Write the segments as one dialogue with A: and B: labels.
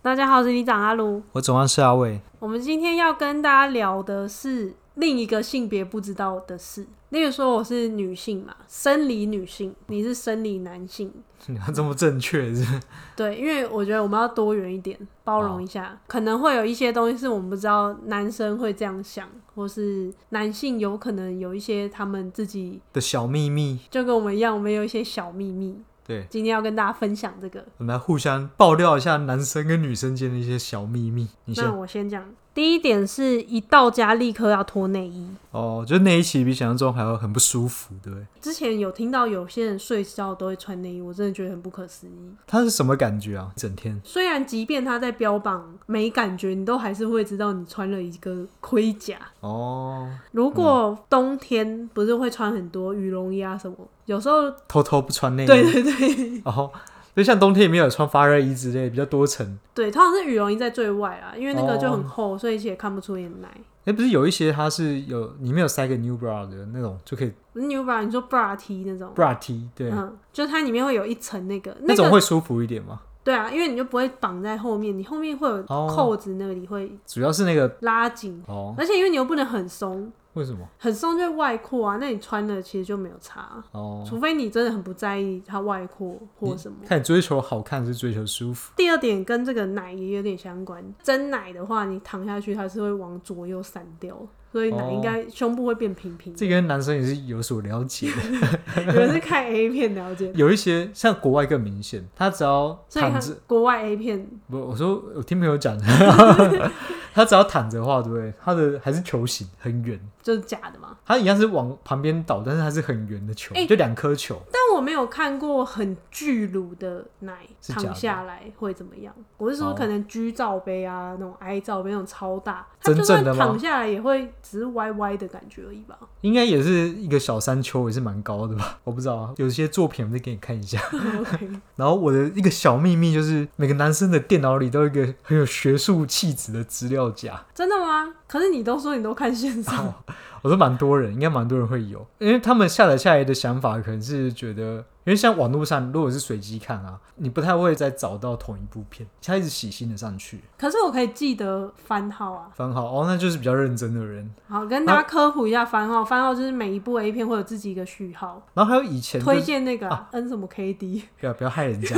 A: 大家好，我是李长阿卢。
B: 我总算是阿伟，
A: 我们今天要跟大家聊的是另一个性别不知道的事。例如说，我是女性嘛，生理女性，你是生理男性，
B: 你要这么正确是不是？
A: 对，因为我觉得我们要多元一点，包容一下，可能会有一些东西是我们不知道男生会这样想，或是男性有可能有一些他们自己
B: 的小秘密，
A: 就跟我们一样，我们有一些小秘密。
B: 对，
A: 今天要跟大家分享这个。
B: 我们来互相爆料一下男生跟女生间的一些小秘密。你先
A: 那我先讲，第一点是一到家立刻要脱内衣。
B: 哦，就那一期比想象中还要很不舒服，对不对？
A: 之前有听到有些人睡觉都会穿内衣，我真的觉得很不可思议。
B: 他是什么感觉啊？一整天
A: 虽然即便他在标榜没感觉，你都还是会知道你穿了一个盔甲。
B: 哦，
A: 如果冬天不是会穿很多羽绒衣啊什么，有时候
B: 偷偷不穿内衣，
A: 对对对
B: 哦，就像冬天里面有穿发热衣之类，比较多层。
A: 对，通常是羽绒衣在最外啊，因为那个
B: 哦
A: 就很厚，所以其实也看不出你的奶。
B: 哎，不是有一些它是有里面有塞个 new bra 的那种，就可以
A: 不是 new bra，你说 bra T 那种，
B: bra T，对，
A: 嗯，就它里面会有一层那个，
B: 那
A: 个
B: 种会舒服一点嘛。
A: 对啊，因为你就不会绑在后面，你后面会有
B: 哦
A: 扣子那里会
B: 主要是那个
A: 拉紧，
B: 哦，
A: 而且因为你又不能很松，
B: 为什么？
A: 很松就外扩啊，那你穿了其实就没有差啊，
B: 哦，
A: 除非你真的很不在意它外扩或什么。
B: 看你追求好看还是追求舒服。
A: 第二点跟这个奶也有点相关，真奶的话，你躺下去它是会往左右散掉，所以奶
B: 哦
A: 应该胸部会变平平。
B: 这跟男生也是有所了解的，
A: 有人是看 A 片了解，
B: 有一些像国外更明显，他只要
A: 所以
B: 躺
A: 看
B: 着，
A: 国外 A 片
B: 不，我说我听朋友讲， 他只要躺着的话，对不对？他的还是球形，很圆，
A: 就是假的嘛。
B: 他一样是往旁边倒，但是它是很圆的球，
A: 哎
B: 就两颗球。
A: 但我没有看过很巨乳的奶
B: 是假的
A: 躺下来会怎么样。我是说，
B: 哦
A: 可能 G 罩杯啊，那种 I 罩杯那种超大，它就
B: 真
A: 算
B: 正的吗
A: 躺下来也会只是歪歪的感觉而已 吧。
B: 应该也是一个小山丘，也是蛮高的吧？ 我不知道啊，有些作品我再给你看一下。
A: OK，
B: 然后我的一个小秘密就是，每个男生的电脑里都有一个很有学术气质的资料夹，
A: 真的吗？可是你都说你都看线上，
B: 哦我说蛮多人，应该蛮多人会有，因为他们下载下来的想法可能是觉得，因为像网络上如果是随机看啊，你不太会再找到同一部片，他一直洗新的上去。
A: 可是我可以记得番号啊。
B: 番号哦，那就是比较认真的人。
A: 好，跟
B: 啊
A: 大家科普一下番号，番号就是每一部 A 片会有自己一个序号，
B: 然后还有以前哎就
A: 推
B: 是
A: 荐那个啊 N 什么 KD，
B: 不要不要害人 家。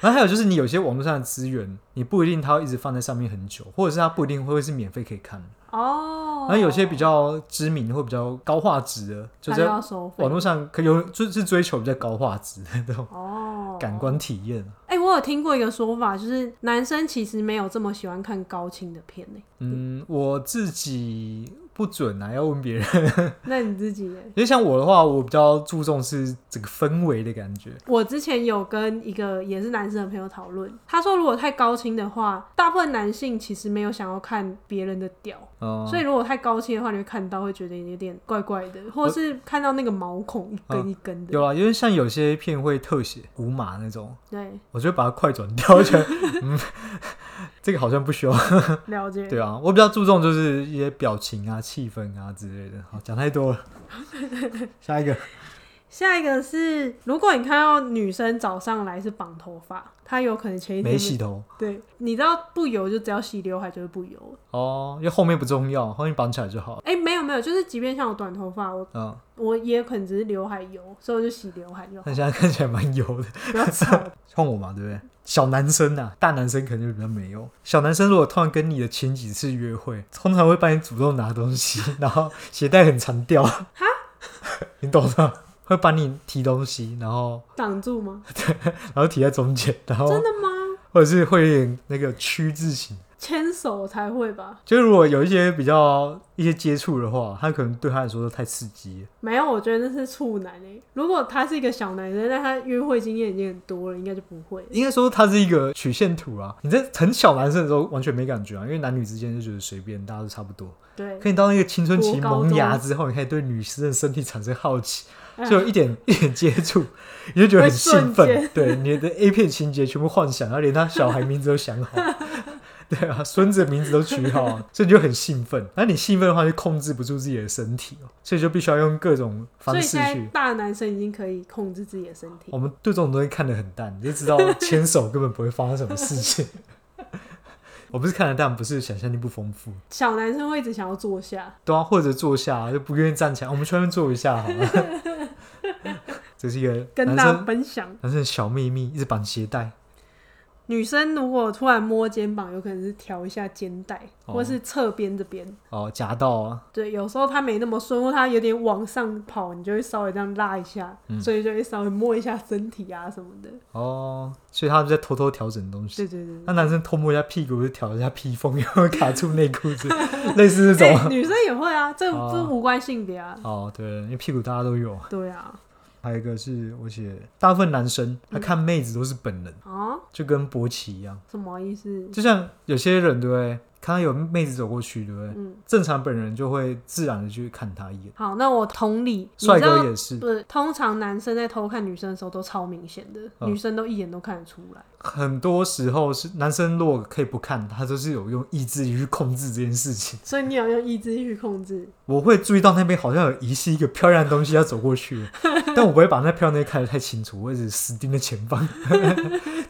B: 然后还有就是你有些网络上的资源，你不一定它会一直放在上面很久，或者是它不一定会是免费可以看的。
A: 哦，
B: 然后有些比较知名或比较高画质的，就
A: 它
B: 在
A: 就要收费
B: 网络上可有就是追求比较高画质的那种
A: 哦，
B: 感官体验。啊
A: 哎、我有听过一个说法，就是男生其实没有这么喜欢看高清的片呢、
B: 嗯，我自己不准啊，要问别人。
A: 那你自己呢？
B: 因为像我的话，我比较注重是整个氛围的感觉。
A: 我之前有跟一个也是男生的朋友讨论，他说如果太高清的话，大部分男性其实没有想要看别人的屌，
B: 嗯，
A: 所以如果太高清的话，你会看到会觉得有点怪怪的，或是看到那个毛孔一根一根的。
B: 哦嗯有啊啦，因为像有些片会特写古马那种，
A: 对，
B: 我就会把它快转掉，我觉得 嗯，这个好像不需要。
A: 了解。
B: 对啊，我比较注重就是一些表情啊、气氛啊之类的。好，讲太多 了，下一个
A: 下一个是，如果你看到女生早上来是绑头发，她有可能前一天
B: 没洗头
A: 对，你知道不油就只要洗刘海就是不油了。
B: 哦，因为后面不重要，后面绑起来就好了。
A: 哎、没有没有，就是即便像我短头发，我
B: 嗯，
A: 我也可能只是刘海油，所以我就洗刘海就好
B: 那，现在看起来蛮油的。
A: 不要 吵。
B: 换我嘛，对不对？小男生呐、啊，大男生可能就比较没有。小男生如果突然跟你的前几次约会，通常会帮你主动拿东西，然后鞋带很长掉， 你懂吗？会帮你提东西，然后
A: 挡住吗？
B: 然后提在中间，然后
A: 真的吗？
B: 或者是会有点那个曲字形，
A: 牵手才会吧？
B: 就是如果有一些比较一些接触的话，他可能对他来说都太刺激了。
A: 没有，我觉得那是处男诶、如果他是一个小男生，但他约会经验已经很多了，应该就不会。
B: 应该说他是一个曲线图啊，你在很小男生的时候完全没感觉啊，因为男女之间就觉得随便，大家都差不多。
A: 对，
B: 可以到那个青春期
A: 国高中
B: 萌芽之后，你开始对女生的身体产生好奇，
A: 哎
B: 就有一点一点接触，你就觉得很兴
A: 会瞬
B: 奋
A: 间。
B: 对，你的 A 片情节全部幻 想，然后连他小孩名字都想好。对啊，孙子的名字都取 好啊，所以你就很兴奋。那你兴奋的话，就控制不住自己的身体哦，所以就必须要用各种
A: 所
B: 方
A: 以
B: 式
A: 现在
B: 去。哦
A: 大男生已经可以控制自己的身体
B: 我。们对这种东西看得很淡，你就知道牵手根本不会发生什么事 情。我不是看得淡，不是想象力不丰富。
A: 小男生会一直想要坐下，
B: 对啊，或者坐下，就不愿意站起来，我们去外面坐一下好了。这是一个
A: 跟
B: 男
A: 大家
B: 生
A: 分享。
B: 男生的小秘密，一直绑鞋带。
A: 女生如果突然摸肩膀，有可能是调一下肩带，
B: 哦
A: 或是侧边这边。
B: 哦，夹到啊，
A: 对，有时候她没那么顺，或她有点往上跑，你就会稍微这样拉一下，
B: 嗯
A: 所以就会稍微摸一下身体啊什么的。
B: 哦，所以他们在偷偷调整东西。
A: 对对对
B: 那男生偷摸一下屁股，就调一下披风， 然后卡住内裤子， 类似这
A: 对，
B: 种。
A: 女生也会啊，这
B: 哦
A: 这无关性别啊。
B: 哦，对，因为屁股大家都有。
A: 对啊，
B: 还有一个是我写，大部分男生他
A: 嗯
B: 看妹子都是本人，
A: 啊，
B: 就跟勃起一样，
A: 什么意思？
B: 就像有些人对不对，看到有妹子走过去，对不对？
A: 嗯，
B: 正常本人就会自然的去看她一眼，
A: 好，那我同理，你
B: 帅
A: 知道
B: 哥也是
A: 不是，通常男生在偷看女生的时候都超明显的，
B: 嗯
A: 女生都一眼都看得出来。
B: 很多时候是男生如果可以不看，他都是有用意志力去控制这件事情。
A: 所以你有用意志力去控制，
B: 我会注意到那边好像有疑似一个漂亮的东西要走过 去，但我不会把那漂亮的东西看得太清楚，我一直死盯着前方，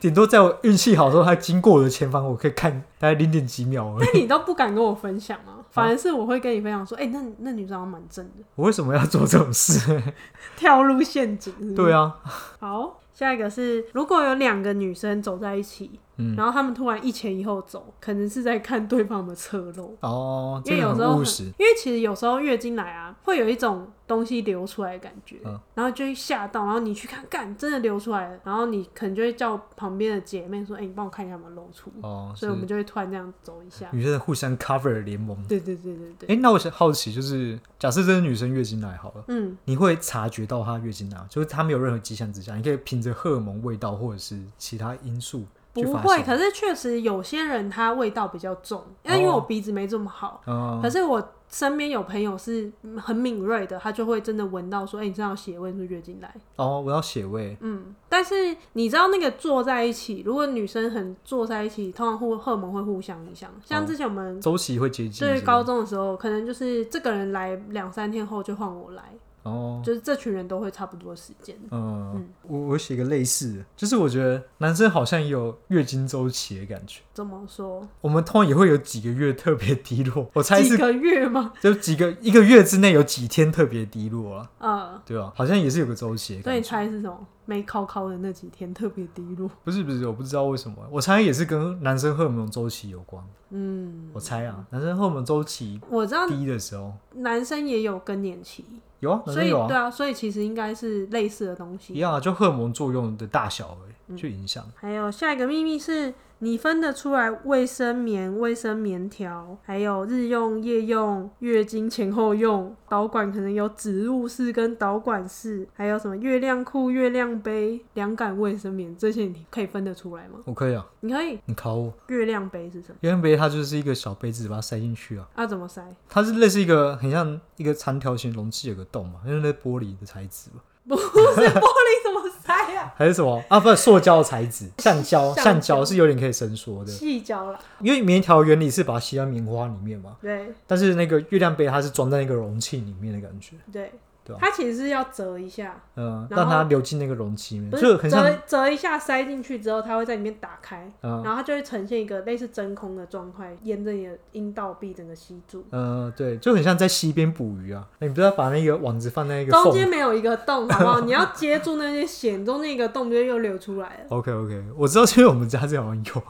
B: 顶多在我运气好的时候，它经过我的前方，我可以看大概零点几秒而已。
A: 但你都不敢跟我分享吗？
B: 啊
A: 反而是我会跟你分享说，哎、那那女生好像蛮正的，
B: 我为什么要做这种事？
A: 跳入陷阱是不是
B: 对啊，
A: 好，下一个是如果有两个女生走在一起，
B: 嗯
A: 然后她们突然一前一后走，可能是在看对方的侧漏。
B: 哦，
A: 因
B: 这
A: 为
B: 个
A: 有时候
B: 很
A: 很
B: 务实，
A: 因为其实有时候月经来啊，会有一种东西流出来的感觉，
B: 嗯
A: 然后就会吓到，然后你去看，干，真的流出来了，然后你可能就会叫旁边的姐妹说，哎、你帮我看一下有没有漏出，
B: 哦，
A: 所以我们
B: 是嗯
A: 就会突然这样走一下。
B: 女生互相 cover 的联盟。
A: 对对对对对，
B: 哎、那我想好奇，就是假设这是女生月经来好了，
A: 嗯，
B: 你会察觉到她月经来，啊就是她没有任何迹象之下，你可以凭着荷尔蒙味道或者是其他因素去
A: 不
B: 发
A: 会。
B: 现。
A: 可是确实有些人他味道比较重，因为因为
B: 哦
A: 我鼻子没这么好，
B: 嗯，
A: 可是我身边有朋友是嗯很敏锐的，他就会真的闻到说，哎、你身上有血味，是不是月经来？
B: 哦，我要血味，
A: 嗯，但是你知道那个坐在一起，如果女生很坐在一起，通常互荷尔蒙会互相影响。像之前我们
B: 周期会接近。
A: 对高中的时候，可能就是这个人来两三天后就换我来，
B: 哦，
A: 就是这群人都会差不多时间。
B: 嗯
A: 嗯，
B: 我我写一个类似的，就是我觉得男生好像也有月经周期的感觉。
A: 怎么说？
B: 我们通常也会有几个月特别低落， 我猜
A: 几
B: 是
A: 个月吗？
B: 就几个一个月之内有几天特别低落啊，
A: 呃，
B: 对吧？好像也是有个周期的
A: 所以
B: 感
A: 你
B: 觉。
A: 猜是什么？没考考的那几天特别低落。
B: 不是不是，我不知道为什么，我猜也是跟男生荷尔蒙周期有关。
A: 嗯，
B: 我猜啊，男生荷尔蒙周期
A: 我知道
B: 低的时候，
A: 男生也有更年期，
B: 有啊，男
A: 所
B: 生
A: 以
B: 有
A: 对
B: 啊，
A: 啊，所以其实应该是类似的东
B: 一
A: 西。
B: 样啊，就荷尔蒙作用的大小而
A: 嗯
B: 已，去影响。
A: 还有下一个秘密是，你分得出来卫生棉、卫生棉条，还有日用、夜用、月经前后用，导管可能有植入式跟导管式，还有什么月亮裤、月亮杯、凉感卫生棉，这些你可以分得出来吗？
B: 我可以啊，
A: 你可以，
B: 你考我。
A: 月亮杯是什么？
B: 原杯它就是一个小杯子，把它塞进去啊。
A: 啊，怎么塞？
B: 它是类似一个很像一个长条形容器，有个洞嘛，因为那玻璃的材质嘛，
A: 不是玻璃怎么塞啊？
B: 还是什么啊？不是塑胶的材 质，橡胶，
A: 橡胶
B: 橡胶是有点可以伸缩的，
A: 细胶啦，
B: 因为棉条原理是把它吸到棉花里面嘛，
A: 对
B: 但是那个月亮杯它是装在那个容器里面的感觉，
A: 对
B: 对啊，
A: 它其实是要折一下，
B: 嗯，
A: 然
B: 让
A: 后
B: 它流进那个容器里面，
A: 不
B: 就是很像，
A: 折折一下塞进去之后，它会在里面打开，
B: 嗯
A: 然后它就会呈现一个类似真空的状态，沿着你的阴道壁整个吸住，
B: 嗯，对，就很像在溪边捕鱼啊，你不是要把那个网子放在那个
A: 中间
B: 缝。
A: 没有一个洞，好不好？你要接住那些血，你中间一个洞就又流出来了。
B: OK OK，我知道，因为我们家这好像有，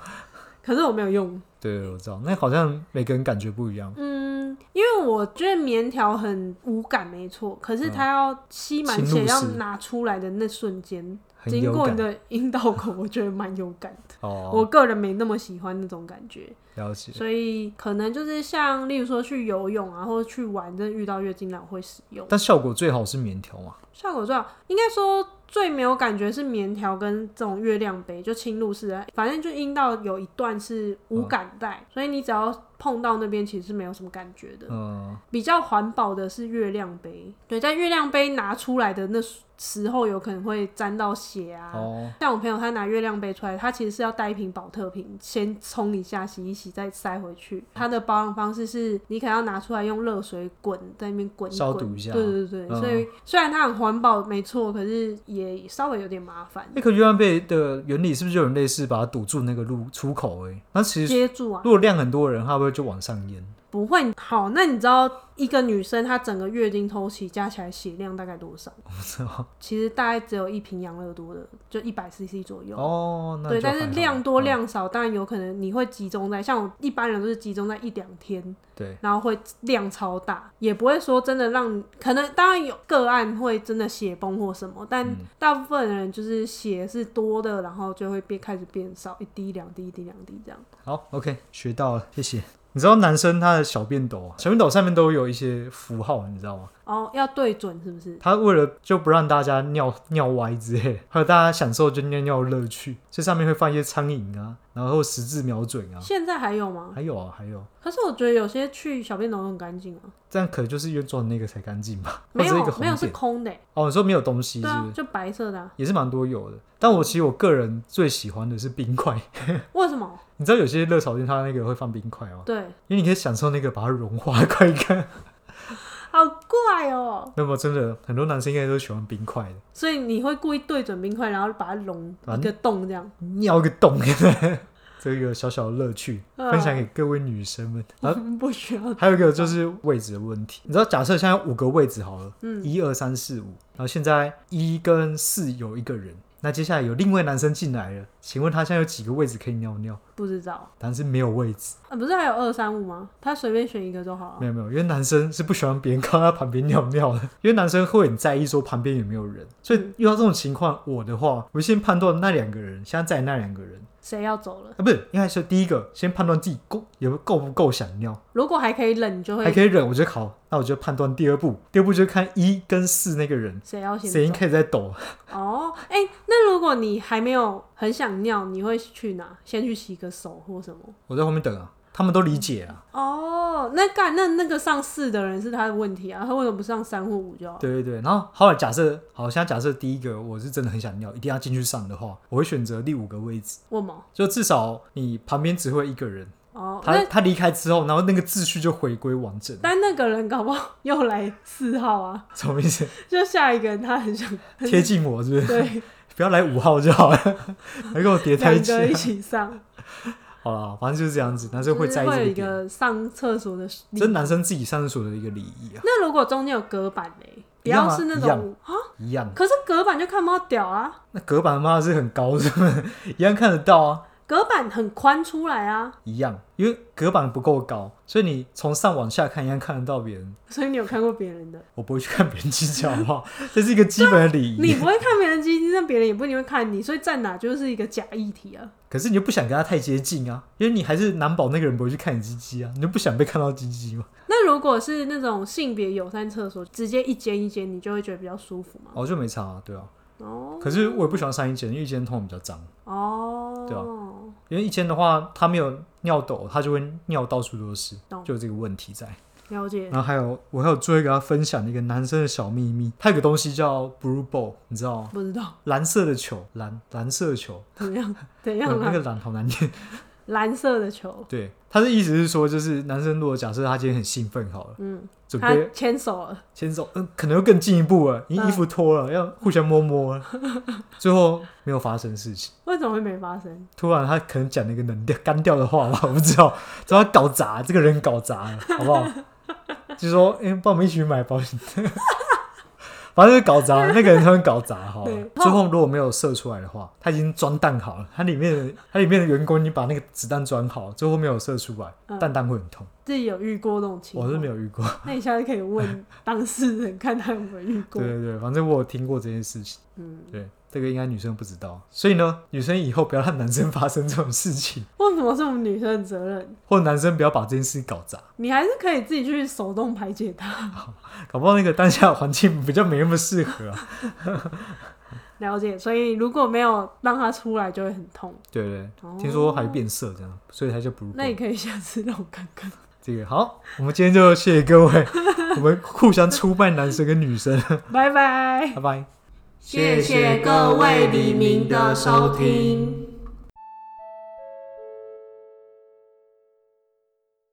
A: 可是我没有用，
B: 对，我知道，那好像每个人感觉不一样，
A: 嗯，因为我觉得棉条很无感，没错，可是它要吸满
B: 嗯侵入
A: 血要
B: 式
A: 拿出来的那瞬间，
B: 很
A: 经
B: 有
A: 过
B: 感
A: 你的引导口，我觉得蛮有感的。我
B: 哦，
A: 个人没那么喜欢那种感觉，
B: 了解。
A: 所以可能就是像例如说去游泳啊，或者去玩，真的遇到月经来我会使用。
B: 但效果最好是棉条嘛，
A: 效果最好，应该说最没有感觉是棉条跟这种月亮杯，就侵入式的，反正就阴道有一段是无感带，所以你只要碰到那边其实是没有什么感觉的。
B: 嗯，
A: 比较环保的是月亮杯，对，在月亮杯拿出来的那时候有可能会沾到血啊。
B: 哦，
A: 像我朋友他拿月亮杯出来，他其实是要带一瓶保特瓶，先冲一下，洗一洗，再塞回去。它的保养方式是，你可能要拿出来用热水滚，在那边滚一滚
B: 消毒一下
A: 对对对，
B: 嗯
A: 所以虽然它很环保，没错，可是也稍微有点麻烦。
B: 那个月亮杯的原理是不是就很类似，把它堵住那个路出口而已？那其实
A: 接住啊，
B: 如果量很多人，它会不会就往上淹？
A: 不会好。那你知道一个女生她整个月经周期加起来血量大概多少？
B: 我不知道。
A: 其实大概只有一瓶养乐多的，就一百 CC 左右。
B: 哦，那
A: 对，
B: 就
A: 但是
B: 还好
A: 量多
B: 嗯
A: 量少，当然有可能你会集中在，像我一般人都是集中在一两天，
B: 对，
A: 然后会量超大，也不会说真的让，可能当然有个案会真的血崩或什么，
B: 嗯
A: 但大部分人就是血是多的，然后就会变开始变少，一滴两滴一滴两滴这样。
B: 好，OK，学到了，谢谢。你知道男生他的小便斗啊，小便斗上面都有一些符号，你知道吗？
A: 哦，要对准是不是？
B: 他为了就不让大家尿尿歪之类的，还有大家享受就尿尿乐趣，这上面会放一些苍蝇啊，然后十字瞄准啊，
A: 现在还有吗？
B: 还有啊，还有，
A: 可是我觉得有些去小便斗很干净啊，
B: 这样可能就是原装的那个才干净吧？
A: 没
B: 或者
A: 有
B: 哦一个红
A: 没有是
B: 点
A: 空的欸、
B: 哦，你说没有东西是
A: 对
B: 不
A: 啊
B: 是，？
A: 就白色的、啊，
B: 也是蛮多有的，但我其实我个人最喜欢的是冰块。
A: 为什么？
B: 你知道有些热炒店它那个会放冰块哦，
A: 对，
B: 因为你可以享受那个把它融化的快感。
A: 好怪哦、
B: 那么真的很多男生应该都喜欢冰块的，
A: 所以你会故意对准冰块，然后把它融
B: 啊
A: 一个洞这样。
B: 尿个洞， 这个小小的乐趣，
A: 嗯
B: 分享给各位女生们。
A: 我
B: 然后
A: 们 不需要。
B: 还有一个就是位置的问题，你知道，假设现在有五个位置好了，
A: 嗯
B: 一二三四五，然后现在一跟四有一个人，那接下来有另外男生进来了，请问他现在有几个位置可以尿尿？
A: 不知道，
B: 男生没有位置，
A: 啊，不是还有二三五吗？他随便选一个就好
B: 没
A: 了。
B: 有没有，因为男生是不喜欢别人靠他旁边尿尿的，因为男生会很在意说旁边有没有人，所以遇到这种情况，我的话，我先判断那两个人，现在在那两个人，
A: 谁要走了？
B: 啊，不是，应该是第一个先判断自己够有够不够想尿，
A: 如果还可以忍，你就
B: 还
A: 会
B: 可以忍，我觉得好，那我就判断第二步，第二步就是看一跟四那个人
A: 谁要
B: 谁已
A: 先
B: 经
A: 走。
B: 开始在抖，
A: 哦，哎、那如果你还没有很想尿，你会去哪？先去洗个手或什么？
B: 我在后面等啊，他们都理解啊，
A: 哦，那干那那个上四的人是他的问题啊，他为什么不上三或五就好？
B: 对对对，然后后来假设好，现在假设第一个我是真的很想尿，一定要进去上的话，我会选择第五个位置，
A: 为什么？
B: 就至少你旁边只会一个人。
A: 哦，
B: 他
A: 那
B: 他离开之后，然后那个秩序就回归完 整，
A: 但那个人搞不好又来四号啊，
B: 什么意思？
A: 就下一个人他很想
B: 贴近我是不是？
A: 对
B: 不要来五号就 好了，还跟我叠在
A: 两
B: 一起。啊
A: 个一起上。
B: 好了，反正就是这样子，男生会在意
A: 就是会
B: 这
A: 有一
B: 点，
A: 个上厕所的礼
B: 这是男生自己上厕所的啊一个礼仪啊，
A: 那如果中间有隔板嘞，不
B: 一样
A: 要
B: 啊
A: 是那
B: 一样
A: 种啊，
B: 一样。
A: 可是隔板就看不到屌啊，
B: 那隔板妈的是很高，是不是？一样看得到啊，
A: 隔板很宽出来啊，
B: 一样，因为隔板不够高，所以你从上往下看一样看得到别人。
A: 所以你有看过 别人的，
B: 我不会去看别人计较，好不好？这是一个基本的礼
A: 你
B: 仪。
A: 不会看别人鸡鸡，那别人也不一定会看你，所以站哪就是一个假议题啊。
B: 可是你就不想跟他太接近啊，因为你还是难保那个人不会去看你鸡鸡啊，你就不想被看到鸡鸡嘛。
A: 那如果是那种性别友善厕所，直接一间一间，你就会觉得比较舒服嘛。
B: 哦，就没差、啊，对啊。
A: 哦
B: 可是我也不喜欢上一间，因为一间通常比较脏。
A: 哦，
B: 对啊因为一间的话，它没有尿斗，它就会尿到处都是
A: 懂，
B: 就有这个问题在。
A: 了解
B: 然。后还有，我还有最后一个要分享的一个男生的小秘密，他有个东西叫 blue ball，你知道吗？
A: 不知道
B: 蓝色的球，蓝蓝色的球，
A: 怎么样，怎
B: 呃
A: 样
B: 那
A: 啊？
B: 个蓝好难念。
A: 蓝色的球，
B: 对，他的意思是说，就是男生如果假设他今天很兴奋好了，
A: 嗯，
B: 准
A: 他
B: 备
A: 牵手了，
B: 牵手，嗯，可能又更进一步了，你
A: 嗯
B: 衣服脱了，要互相摸摸 了，最后没有发生事情。
A: 为什么会没发生？
B: 突然他可能讲了一个冷调干掉的话吧， 我不知道，知道他搞砸，这个人搞砸 了，好不好？就说，哎、帮我们一起去买保险， 反正就搞砸了，那个人他们搞砸好了
A: 对。
B: 最后如果没有射出来的话，他已经装弹好了，他里面的他里面的员工已经把那个子弹装好，最后没有射出来，
A: 嗯
B: 蛋蛋会很痛。
A: 自己有遇过这种情
B: 我
A: 况？
B: 是没。有遇过。
A: 那你下次可 以问当事人，看他有没有遇过
B: 对。对对，反正我有听过这件事情。
A: 嗯，
B: 对，这个应该女生不知道，所以呢，女生以后不要让男生发生这种事情，
A: 为什么是我们女生的责任？
B: 或者男生不要把这件事搞砸，
A: 你还是可以自己去手动排解它。
B: 搞不好那个当下的环境比较没那么适合 啊。
A: 了解，所以如果没有让它出来，就会很痛。
B: 对对
A: 哦
B: 对，听说还变色这样，所以它叫哺乳
A: 那你
B: 狗。
A: 可以下次让我看看。
B: 这个好，我们今天就谢谢各位，我们互相出卖男生跟女生，
A: 拜拜。
B: 拜拜。
A: 谢谢各位黎明的收听。